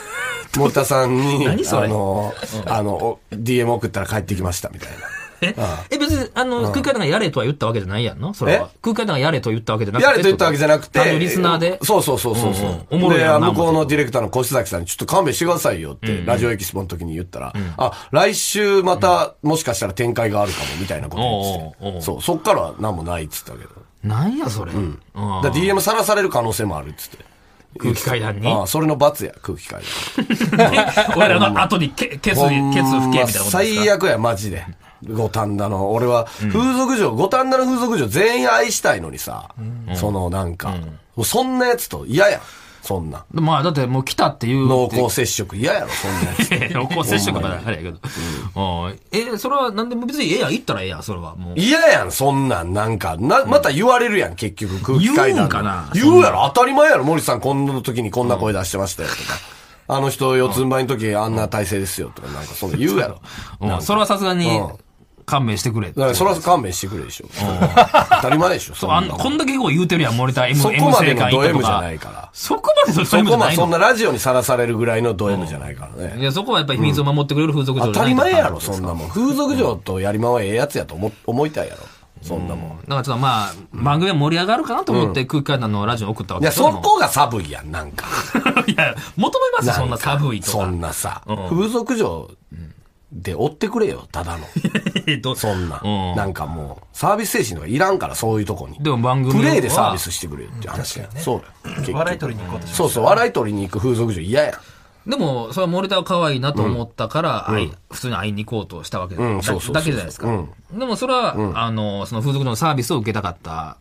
C: 森田さんに、あ
B: 何それ
C: の、あの、お DM 送ったら帰ってきました、みたいな。
B: え、え別に、あの、空間がやれとは言ったわけじゃないやんのそれは。空間がやれと言ったわけじゃなくて。
C: やれと言ったわけじゃなくて。
B: 単純にリスナーで。
C: そうそうそうそ
B: うん
C: う。
B: うん
C: う
B: おもろい
C: で、
B: やんな
C: 向こうのディレクターの越崎さんに、ちょっと勘弁してくださいよって、ラジオエキスポの時に言ったら、あ、来週また、もしかしたら展開があるかも、みたいなこと言って
B: おうおうお
C: て。
B: う
C: そう、そっからは何もないっつったけど。
B: なんやそれ。うん。
C: だから DM さらされる可能性もあるっつって。
B: 空気階段に。
C: ああ、それの罰や、空気階段。
B: 俺らの後にけ、ケツ、ケツ
C: ほ
B: 不
C: んま
B: 敬みたいなことです
C: 最
B: か。
C: 悪や、マジで。五反田の、俺は、風俗嬢、五反田の風俗嬢全員愛したいのにさ、そのなんか、もうそんなやつと嫌やん、そんな。
B: まあ、だってもう来たっていう。
C: 濃厚接触嫌やろ、そんなやつ。
B: いや濃厚接触まだあれやけど。うんえ、それはなんでも別にええやん、行ったらええやん、それは。もう。
C: 嫌やん、そんなん、なんか、な、また言われるやん、結局、空気階
B: 言
C: 段で。
B: うんかな
C: 言うやろ、当たり前やろ、森さん、こんな時にこんな声出してましたよ、とか。あの人、四つん這いの時、あんな体勢ですよ、とか、なんか、そんな言うやろ。
B: うんそれはさすがに
C: うん
B: 勘弁してくれって。
C: だから、それは勘弁してくれでしょ。当たり前で しょ、そん
B: あ
C: なん
B: こんだけこう言うてるやん、森田 M、
C: そこまで
B: M
C: の
B: 生館行
C: ド
B: った
C: M
B: と
C: じゃな
B: か
C: い。から。
B: そこまでのド
C: そ
B: M じ
C: こ
B: ゃ
C: ま
B: な
C: で
B: い
C: そん
B: の
C: なラジオにさらされるぐらいのド M じゃないから
B: い
C: ね。
B: や、そこはやっぱり秘密を守ってくれる風俗嬢
C: 当
B: じゃ
C: た
B: ない
C: り
B: とあかん
C: 前やろ、そんなもん。風俗嬢とやりまんはええやつやと思思いたいやろ。そんなもん。
B: なんかちょっとまあ、番組が盛り上がるかなと思って空気階段のラジオ送ったわ
C: い
B: け
C: や、
B: でしょ
C: そこが寒いやん、なんか。
B: いや、求めますよそんな寒いと
C: そ
B: か。
C: んなさ、風俗嬢で追ってくれよ、ただの。
B: どう
C: そんな
B: う。ん
C: なんかもう、サービス精神とかいらんから、そういうとこに。
B: でも番組は
C: プレイでサービスしてくれよって話や。そうだよ結局。
A: 笑い取りに行こうとします
C: そうそう、笑い取りに行く風俗嬢嫌やん。
B: でも、それは森田は可愛いなと思ったから、会い普通に会いに行こうとしたわけだ
C: んそうそうそう
B: だけじゃないですか。でもそれは、あの、その風俗嬢のサービスを受けたかった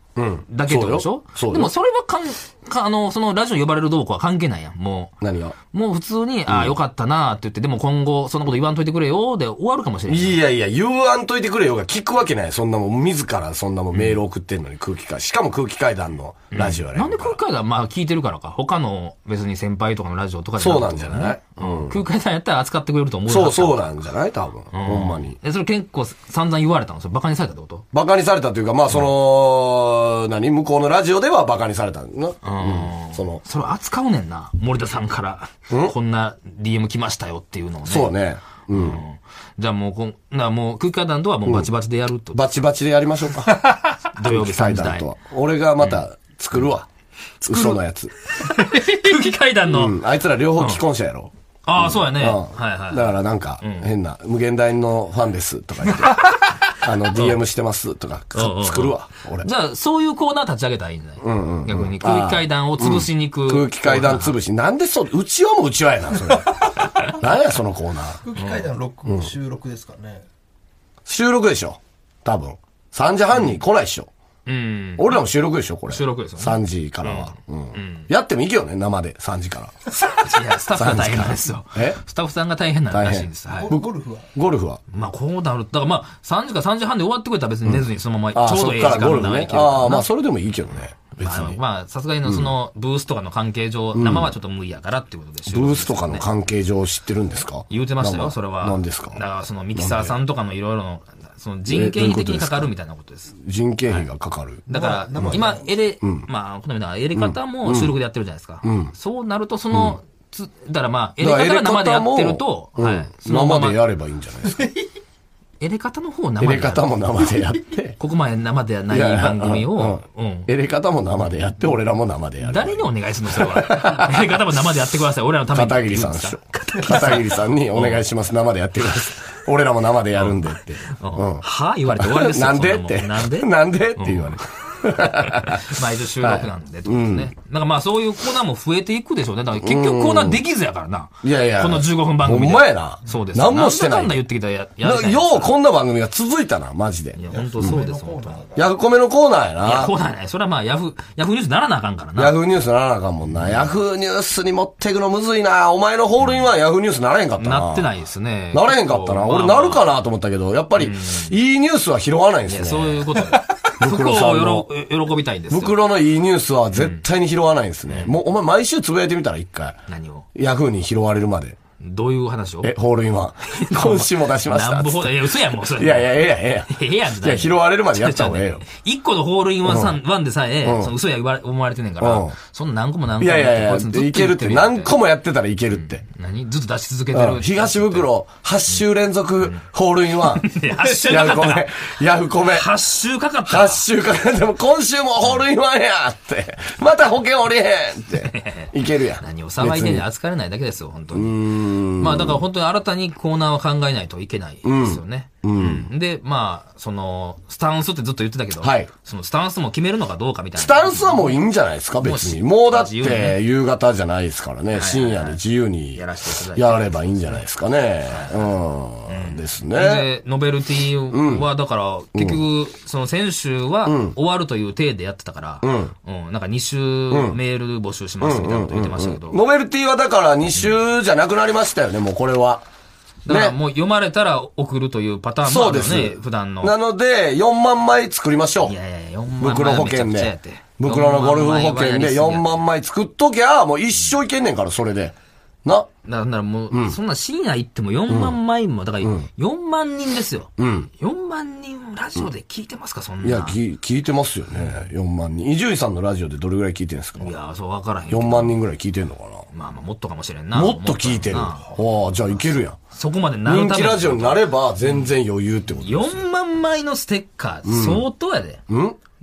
B: だけってことでしょ、
C: そうよそうよ
B: でもそれはかん、かあの、そのラジオ呼ばれるどうこうは関係ないやん、もう。
C: 何が
B: もう普通に、ああ、よかったなーって言って、でも今後、そんなこと言わんといてくれよ、で終わるかもしれない。
C: いやいや、言わんといてくれよが聞くわけない。そんなもん、自らそんなもんメール送ってんのに空気階、しかも空気階段のラジオやね。
B: なんで空海だまあ聞いてるからか。他の別に先輩とかのラジオとか
C: そうなんじゃ
B: い
C: ない
B: うん。空海さんやったら扱ってくれると思う
C: そう
B: う。
C: そうなんじゃない多分。ほんまに。
B: え、それ結構散々言われたのそれ馬鹿にされたってこと
C: バカにされたというか、まあその、何向こうのラジオではバカにされたのな。うん。その、
B: それ扱うねんな。森田さんから、こんな DM 来ましたよっていうのをね。
C: そうね。うん。
B: うんじゃあもうこん、なもう空海団とはもうバチバチでやると。
C: バチバチでやりましょうか。
B: 土曜日3時
C: 段
B: 台
C: と。は。俺がまた作るわ。嘘のやつ。
B: 空気階段の。
C: うん。あいつら両方既婚者やろ。
B: ああ、そうやね。
C: うん
B: はいはい。
C: だからなんか、変な、無限大のファンですと か言って、あの、DM してますとか、
B: うんうんうん
C: 作るわ、俺。
B: じゃあ、そういうコーナー立ち上げたらいいんじゃない、逆に空気階段を潰しに行く。
C: 空気階段潰し。なんでそう、うちわもうちわやな、そ れ。なんや、そのコーナー。
A: 空気階段録収録ですからね。
C: 収録でしょ多分。3時半に来ないでしょ。
B: うん。
C: 俺らも収録でしょ、これ。
B: 収録ですよね
C: 3時からは。うん。やってもいいけどね、生で、3時から。
B: いや、スタッフが大変なんですよ
C: え。
B: スタッフさんが大変な
C: 大
B: らしいん
C: 変
B: です。はい。
A: ゴゴルフは
C: ゴルフは
B: まあ、こうなる。だからまあ、3時か3時半で終わってくれたら別に寝ずにそのまま、
C: あ
B: ち
C: あ、
B: ょう
C: そ
B: ど
C: っ
B: ええ
C: か
B: 時
C: らゴル
B: 間
C: フ
B: ない
C: ね。
B: けど。
C: ああ、まあ、それでもいいけどね。別
B: まあ
C: に。
B: まあ、さすがにのその、ブースとかの関係上、生はちょっと無理やからってことでしょ。
C: ブースとかの関係上知ってるんですか
B: 言うてました
C: なん
B: よ、
C: か
B: それは。
C: 何ですか
B: だから、そのミキサーさんとかのいろいろの、その人件費的にかかるみたいなことです。
C: 人件費がかかる。
B: だから、今、エレ、まあ、このようなエレ方も収録でやってるじゃないですか。そうなると、その、つだからまあ、エレ
C: だか
B: 方
C: ら
B: が生でやってると、
C: うん
B: はい。そのま
C: 生
B: ま
C: で、やればいいんじゃないですか。
B: エレ方の方を生で
C: 入れ
B: やる。
C: 方も生でやって。
B: ここまで生ではない
C: いやいや
B: 番組を、
C: う
B: うんん。
C: 入れ方も生でやって、俺らも生でやる。
B: 誰にお願いするのそれ は。やり方も生でやってください。俺らのために。
C: 片桐さんでしょ。片桐さんにお願いします。生でやってください。俺らも生でやるんでって。
B: うん
C: うん
B: は言われて終わりですよ。
C: なんで
B: そ
C: っ
B: な
C: て。
B: もんなんで
C: なんでって言われて。
B: 毎週収録なんで、とかね。なんかまあそういうコーナーも増えていくでしょうね。だから結局コーナーできずやからな。
C: いやいや
B: この15分番組で。
C: ほんまやな
B: そうです。
C: 何もしてない
B: んだかんだ言ってきたらや、や
C: な
B: る
C: ようこんな番組が続いたな、マジで
B: い。や、本当そうです、本当に。い
C: ヤフコメのコーナーや
B: や、
C: な
B: コ。ーナーね。それはまあヤフ、ヤフーニュースならなあかんからな。
C: ヤフーニュースならなあかんもんな。ヤフーニュースに持ってくのむずいな。お前のホールインワンヤフーニュースならへんかったな。
B: なってないですね。
C: なれへんかったな。
B: まあ
C: 俺なるかなと思ったけど、やっぱり、いいニュースは拾わないん
B: い
C: で
B: や、
C: す
B: そう
C: ね。
B: いうこと。
C: 袋
B: 服
C: さんの
B: をよろ喜びたいんですよ。
C: 袋のいいニュースは絶対に拾わないんですね。もうお前毎週つぶやいてみたら一回。
B: 何を
C: ヤフーに拾われるまで。
B: どういう話を
C: え、ホールインワン。 今週も出しまし
B: な
C: た
B: ん。ぼほど、いや、嘘やん、もうそれ。
C: いやいや、ええやん、ええ
B: ええやん、
C: やん。いや、拾われるまでやった方がええよ。
B: 一個のホールインワンさん、ワンでさえ、
C: ん
B: その嘘や言われ思われてんねんから、
C: うん
B: そんな何個も何個
C: い
B: も
C: やいやいや、
B: こつずと
C: いけ
B: 言
C: るって。
B: やん
C: 何個もやってたらいけるって。
B: 何ずっと出し続けて
C: うん
B: る。
C: 東袋、8週連続、ホールインワ ン。
B: いや8週
C: ヤ
B: なか
C: フ
B: った
C: コ
B: な
C: メ。ヤフコメ。
B: 8週かかった
C: 8
B: ら。
C: 週かかっても今週もホールインワンやって。また保険おりへん って。いけるやん。
B: 何を騒いでんねん、
C: 別
B: 扱われないだけですよ、本当に。まあだから本当に新たにコーナーは考えないといけないですよね。うんで、まあ、その、スタンスってずっと言ってたけど、
C: はい
B: そのスタンスも決めるのかどうかみたいな。
C: スタンスはもういいんじゃないですか、別に。もうだっ
B: 自由に
C: て
B: ね
C: 夕方じゃないですからね。深夜で自由に
B: やらせていただいて
C: やればいいんじゃないですかね。うん。ですね。
B: で、ノベルティは、だから、結局、その先週は、終わるという体でやってたから、うん。なんか2週メール募集しますみたいなこと言ってましたけど、だ
C: ノベルティはだから2週じゃなくなりましたよね、もうこれは。
B: からもう読まれたら送るというパターンも
C: そ
B: ある
C: うで
B: よ
C: す
B: ね、。普段の。
C: なので、4万枚作りましょう。
B: いやいやいや、4万枚
C: 袋保険
B: めちゃくち
C: で
B: ゃやって。
C: 袋のゴルフ保
B: 枚はや
C: 険で4。
B: りすぎや
C: 万枚作っときゃ、もう一生いけんねんから、それで。な。
B: だからもう、そんな深夜行っても4万枚も、だから4万人ですよ。4万人ラジオで聞いてますか、そんな。
C: いや、き聞いてますよね。4万人。伊集院さんのラジオでどれぐらい聞いてるんですか
B: いやそう、わからへんけど。
C: ?4 万人ぐらい聞いてんのか
B: まあまあ、もっとかもしれんな。
C: なもっと聞いてる。
B: もっとな
C: ああ、じゃあいけるやん。
B: そこまでなるため
C: 人気
B: に
C: ラジオになれば全然余裕ってこと。
B: 4万枚のステッカー、相当やで。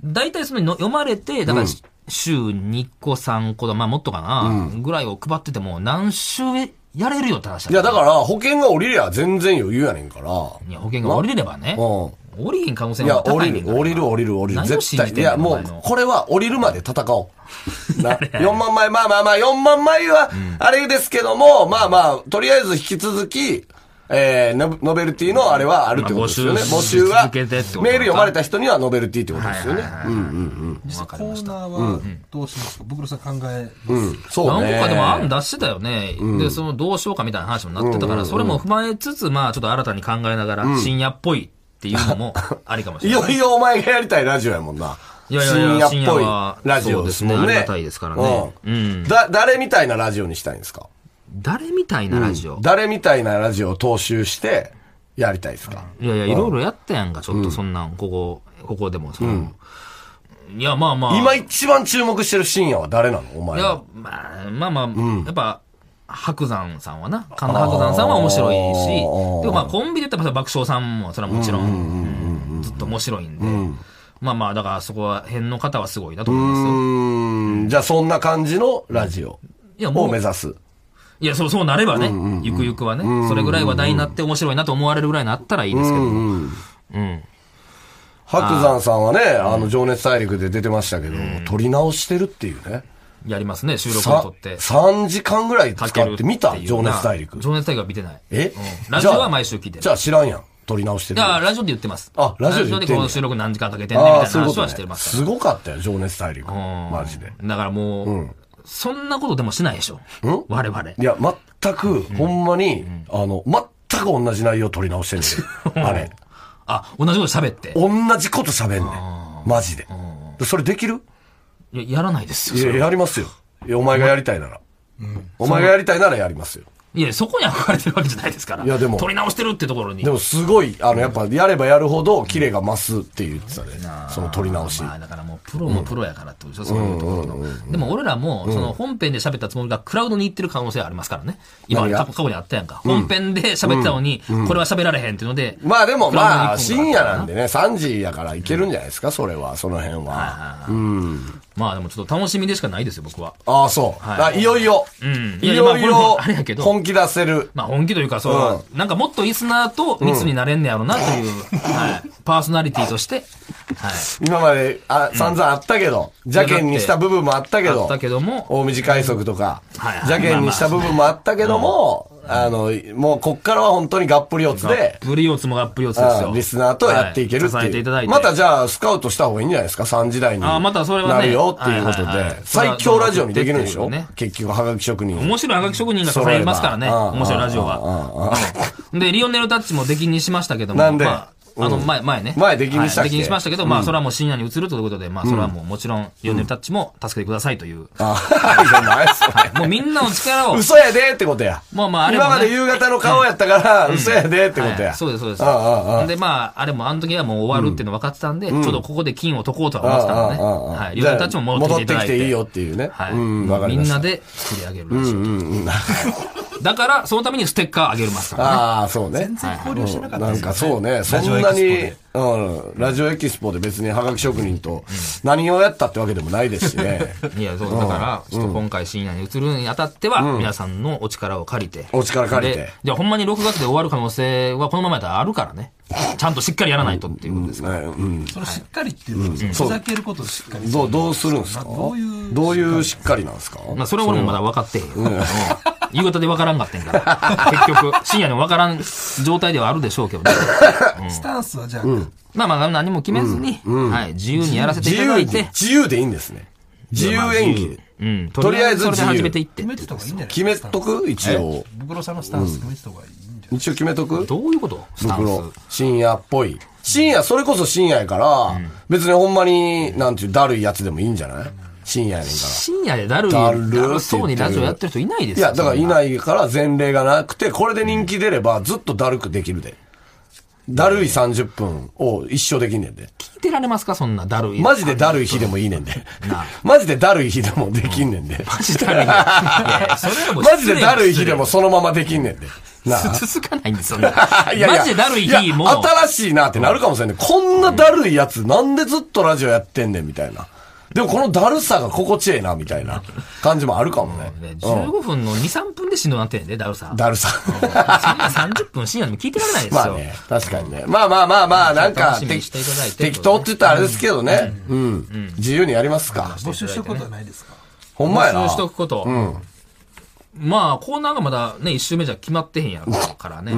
B: 大体そのの読まれて、だからし週2個3個だ、まあもっとかな、ぐらいを配ってても何週やれるよって話
C: いや、だから保険が降りりゃ全然余裕やねんから。
B: ら。いや、保険が降りれればね。
C: う
B: 降りへん可能性
C: いや、
B: も
C: 降
B: 高い
C: り
B: ねん
C: る、
B: から
C: 降りる、降りる、降りる。
B: 何を
C: 絶
B: 信じ
C: 対。
B: てん
C: い
B: の
C: や、も
B: お前
C: う
B: の、
C: これは降りるまで戦お う。な、4万枚、まあまあまあ、4万枚は、あれですけども、まあまあ、とりあえず引き続き、えーノ、ノベルティのあれはあるってことですよね。
B: まあ
C: 募
B: 募集
C: 集は、
B: 続けてってことか
C: メール読まれた人にはノベルティってことですよね。
B: はい
C: うんうん
A: 実際コーナーはどうしますか僕らさん考え
C: うん。そうね。
B: 何個かでも案出してたよね。で、そのどうしようかみたいな話もなってたから、それも踏まえつつ、まあちょっと新たに考えながら、深夜っぽいっていうのもありかもし
C: い
B: れない。
C: よいよお前がやりたいラジオやもんな。
B: いやいやいや
C: 深夜っぽいラジオですもん
B: そうですねあ
C: ね。
B: りがたいですからね
C: うん
B: うん
C: だ、誰みたいなラジオにしたいんですか
B: 誰みたいなラジオ。
C: 誰みたいなラジオを踏襲してやりたいですか、
B: いやいや、いろいろやったやんか、ちょっとそんなん、ここ、ここでも、その、いや、まあまあ。
C: 今
B: い
C: 一番注目してる深夜は誰なのお前は。
B: や、まあまあまあ、やっぱ、白山さんはな、神田白山さんは面白いし、
C: あー
B: でもまあコンビで言ったら爆笑さんも、それはもちろん、うんずっと面白いんで、まあまあ、だからそこら辺の方はすごいなと思いうますよ。
C: ーん。じゃあそんな感じのラジオ
B: いや、も
C: を
B: う
C: 目、指す。
B: いや、そう、そうなればね、ゆくゆくはね、それぐらい話題になって面白いなと思われるぐらいになったらいいですけど、うん。
C: 白山さんはね、あの、情熱大陸で出てましたけど、撮り直してるっていうね。
B: やりますね、収録を
C: さ
B: とって。
C: 3時間ぐらい使
B: かける
C: って見た
B: いう
C: 情熱大陸
B: な。情熱大陸は見てない。
C: え
B: うんラジオは毎週聞いてる。
C: じゃあ知らんやん。撮り直して
B: い
C: るの。
B: や、ラジオで言ってます。
C: あラジオで言ってんね
B: この収録何時間かけてんねみたいな話はして
C: ね
B: ますか
C: すごかったよ、情熱大陸。
B: ら。うん
C: マジで。。
B: だからもう、そんなことでもしないでしょ。我々。
C: いや、全く、ほんまに、あの、全く同じ内容取り直してんねん。あれ。
B: あ、同じこと喋って。
C: 同じこと喋んねん。マジで。でそれできる
B: いや、やらないですよ
C: い
B: そ
C: や、
B: れは。
C: やりますよ。いや、お前がやりたいなら。お前がやりたいならやりますよ。
B: いや、そこに憧れてるわけじゃないですから。
C: いやでも
B: 取り直してるってところに。
C: でも、すごい、あの、やっぱ、やればやるほど、キレが増すって言ってたね。その取り直し。
B: まあ、だからもうプロもプロやからってことでしょ、そういうところの。でも俺らも、その本編で喋ったつもりがクラウドに行ってる可能性ありますからね。今、
C: 何が
B: 過去過去にあったやんか。本編で喋ってたのに、これは喋られへんっていうので。
C: まあでも
B: クラウドに行く
C: まあ、深夜なん
B: で。
C: でね、3時やからいけるんじゃないですか、それは、その辺は。
B: まあでもちょっと楽しみでしかないですよ、僕は。
C: ああ、そう。
B: は
C: あ
B: い
C: いよいよ
B: ん。い
C: い
B: や
C: よい
B: まあこれ
C: よ
B: もあれやけ、ど
C: 本気出せる。
B: まあ本気というか、そう、なんかもっとリスナーと密になれんねやろなという、はい。パーソナリティとして、はい。
C: 今まで、あ、散々あったけど、邪険にした部分もあったけ
B: あ
C: ど、
B: ったけども、
C: 大道快速とか、
B: はいはい
C: 邪険にした部分もあったけども、あの、もうこっからは本当にがっぷり四つで、
B: ブリオツもがっぷりオツです
C: う
B: よ。
C: んリスナーとやっていけるって
B: は支えて
C: い。
B: いうただいて。
C: またじゃあ、スカウトした方がいいんじゃないですか ?3 時代に。
B: あーまたそれはね
C: なるよっていうこと
B: はいはいはい
C: で、最強ラジオにできるんでし
B: そ
C: ょ
B: れはまあ
C: 結局、はがき職人。
B: 面白いハガキ職人が支えますからね。
C: 揃えばうん
B: 面白いラジオは。うんで、リオネルタッチも出禁にしましたけども。
C: なんで
B: まあ、あの、前、前ね。
C: 前出禁にしたっ
B: は
C: け
B: い出禁にしましたけど、まあ、それはもう深夜に移るということで、まあ、それはもうもちろん、リオネルタッチも助けてくださいという。
C: あ、じゃないっすね
B: もうみんなの力を。
C: 嘘やでってことや。
B: まあまああれもね
C: 今まで夕方の顔やったから、嘘やでってこと
B: は
C: や。
B: いそうです、そうです。
C: ああああ
B: で、まあ、あれも、あの時はもう終わるっていうの分かってたんで、ちょっとここで金を解こうとは思ってたんでね。
C: ああああああ
B: はい。リオネルタッチも戻ってきていただい
C: 戻ってきて
B: て。
C: いいよっていうね。
B: はい。
C: うん、わかり
B: み
C: ま
B: ん
C: し
B: な
C: た。
B: で作り上げるらしい。だから、そのためにステッカーあげますから。
C: ああ、そうね。
A: 全然交流してなかった
C: なんかそうね、そ
A: ラジオ
C: ん
A: エキス
C: な
A: ポ
C: に
A: で、
C: うん、ラジオエキスポで別にハガキ職人と何をやったってわけでもないですし ね。
B: いや、そう、だから、ちょっと今回深夜に移るにあたっては、皆さんのお力を借りて。
C: お力借りて
B: でじゃあほんまに6月で終わる可能性はこのままやったらあるからね。ちゃんとしっかりやらないとっていうことです。
C: はいうん
A: それしっかりっていうのはふざけることをしっかり
C: どう、どうするんですか
A: どういう
C: どういうしっかりなんですか
B: まあ、それは俺もまだ分かってへんよ。うん夕方で分からんかってんから。 結局、深夜にも分からん状態ではあるでしょうけどね。
A: スタンスはじゃあ
B: まあまあ、何も決めずに、はい、自由にやらせてい
C: 自
B: ただ
C: 由
B: い
C: に、
B: て、
C: 自由でいいんですね。自由演技。
B: うん、
C: とりあえず
B: それで
C: 自由
B: 始めていって
A: 決。めてた方がいいんじゃない
C: 決めとく一応。
A: ブクロさんのスタンス決めてた方がいいんじゃない
C: 一応決めとく
B: どういうことスタン
C: 袋
B: ス。
C: 深夜っぽい。深夜、それこそ深夜やから、別にほんまに、なんていう、だるいやつでもいいんじゃない深夜やねんから。
B: 深夜でだるい、
C: だるーって言ってる
B: だるそうにラジオやってる人いないです
C: い
B: よ。
C: や、だからいないから前例がなくて、これで人気出ればずっとだるくできるで。だるい30分を一生できんねんで。
B: 聞いてられますかそんなだるい。
C: マジでだるい日でもいいねんで
B: な。
C: マジでだるい日でもできんねんで。
B: マジだるい。いやいやそれはもう
C: マジでだるい日で
B: 失
C: もそのままできんねんで。なあ。
B: 礼。続かないんですよ、そんな
C: いやいや
B: マジでだるい
C: い
B: 日
C: や
B: も。
C: 新しいなってなるかもしれない。こんなだるいやつ、なんでずっとラジオやってんねんみたいな。でもこのだるさが心地ええなみたいな感じもあるかもね。
B: ね
C: うん
B: 15分の2、3分でしんどなってんね、だるさ。
C: だるさ。
B: そんな30分深夜でも聞いてられないです
C: まあ
B: よ。
C: ね、確かにね。まあまあまあまあ、なんか
B: 楽しみにしていただいて、
C: 適当って言ったらあれですけどね。うん。自由にやりますか。
A: 募集したことはないですか
C: ほんまや
B: 募集
C: な
B: し。とくこと。まあ、コーナーがまだね、一週目じゃ決まってへんやろからね。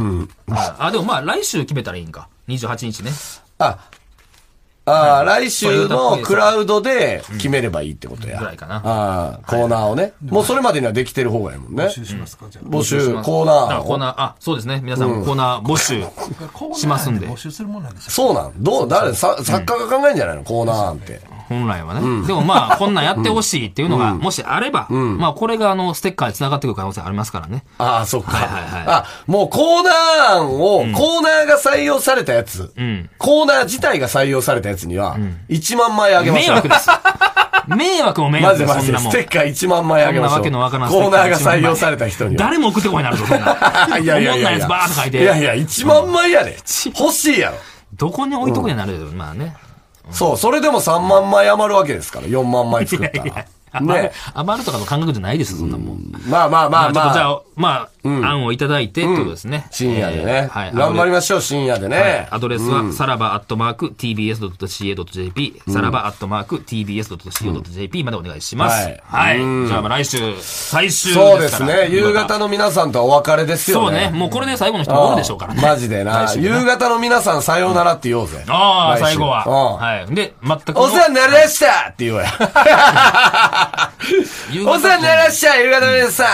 B: はいあ、でもまあ、来週決めたらいいんか。28日ね。
C: あ、あー来週
B: そう
C: の
B: いう
C: クラウドで決めればいいってことや。
B: ぐらいかな
C: あーコーナーをね。もうそれまでにはできてる方がいいもんね
A: 募。集しますか、じゃあ。
C: 募集
B: しま、す
C: コーナ
B: だか
C: ー
B: らコー
C: を。
B: ナー、あ、そうですね。皆さんもコーナー募集。しますんで
A: コーナーなんて募集するもんなんですよ。
C: そうなんどう誰さ作家が考えんじゃないのコーナーなんて。
B: 本来はね。でもまあ、こんなんやってほしいっていうのが、もしあれば、まあ、これがあの、ステッカーに繋がってくる可能性ありますからね。
C: ああ、そっか。
B: はいはいはい
C: あ、もうコーナー案を、コーナーが採用されたやつ、
B: ん
C: コーナー自体が採用されたやつには、1万枚あげま
B: 迷
C: しょう。
B: 惑です。迷惑も迷
C: ま
B: 惑
C: ず
B: です、
C: ま
B: そん
C: ず、
B: なも
C: ス
B: ん。
C: テッカー1万枚あげましょう。
B: そんなわけのわからんステ
C: コー
B: ッカ
C: ナ
B: ー
C: ーが
B: 1万枚
C: 採用された人には。
B: 誰も送ってこいなるぞ、そんな。
C: いやいや
B: こ
C: い
B: んな
C: や
B: や
C: いや。
B: つバーッと書いて。
C: いやいや、1万枚やで。欲しいやろ。
B: どこに置いとくになるよ、まあね。
C: そう、それでも3万枚余るわけですから、4万枚作った
B: いや
C: ら。
B: 余る
C: ね。
B: 余るとかの感覚じゃないです、そんなもん。
C: まあまあま
B: ま
C: あ
B: あ、ちょっとじゃ
C: まあ。
B: あ、まあ、案をいただいて、ということですね。
C: 深夜で
B: え
C: ね
B: ー。はい。
C: 頑張り
B: ま
C: ましょう、深夜でね。
B: アドレスは、さらばアットマーク tbs.ca.jp、さらばアットマーク tbs.co.jp までお願いします。
C: は
B: はいい。
C: うん
B: じゃあ、まあ来週、最終ですから
C: そうですね。夕方の皆さんとはお別れですよ
B: そう
C: ね。
B: ね。もうこれで最後の人もおるでしょうからね。
C: ああマジでな。
B: 来週ね
C: 夕方の皆さんさようならって言おうぜ。
B: ああ、
C: 来週
B: 最後は。
C: うん
B: はい。で、全くの。
C: お世話になりましたって言おうや。
B: 夕方
C: お世話になりました、夕方の皆さん。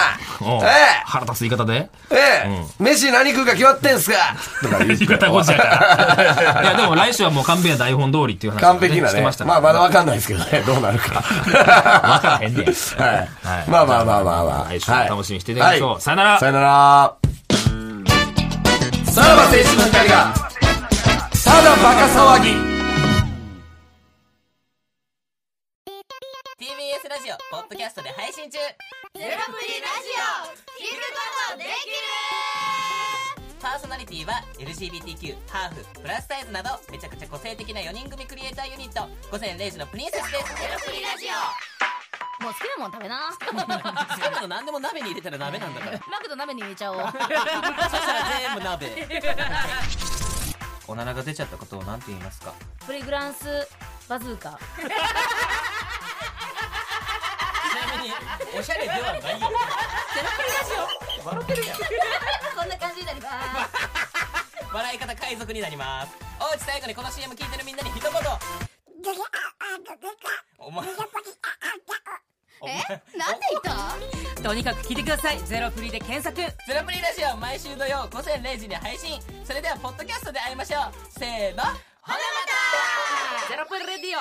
B: うん
C: え
B: 腹立つ言い方で。
C: え、ええ、飯何食うか決まってんすかとか言う
B: 言い方5時や から。いや、でも来週はもう完璧な台本通りっていう話を
C: 完璧な
B: して
C: ね
B: まし。た
C: まあまだわ
B: 分
C: かんないですけど ね、どうなるか。
B: わからへんねん。
C: はい
B: はい
C: まあまあまあまあまあ。
B: 来週も楽しみにしていただきましょう
C: は
B: さよなら
C: さよなら。さらば青春の光が、ただバカ騒ぎ。
D: TBS ラジオポッドキャストで配信中
E: ゼロプリラジオ聞くことできる
D: パーソナリティは LGBTQ ハーフプラスサイズなどめちゃくちゃ個性的な4人組クリエイターユニット午前0時のプリンセスです
E: ゼロプリラジオもう好きなもん食べな
D: 好きなの何でも鍋に入れたら鍋なんだから
E: マクド鍋に入れ ちゃおう
D: そしたら全部鍋おならが出ちゃったことを何て言いますか
E: プリグランスバズーカ
D: ちなみにおしゃれではないよゼロプリラジオ笑ってるやん
E: こんな感じになります
D: 笑い方海賊になりますおうち最後にこの CM 聞いてるみんなに一言お前お前
E: えなんで言った
F: とにかく聞いてくださいゼロフリで検索
D: ゼロプリラジオ毎週土曜午前0時に配信それではポッドキャストで会いましょうせーのほなまた
F: ゼロプリレディオ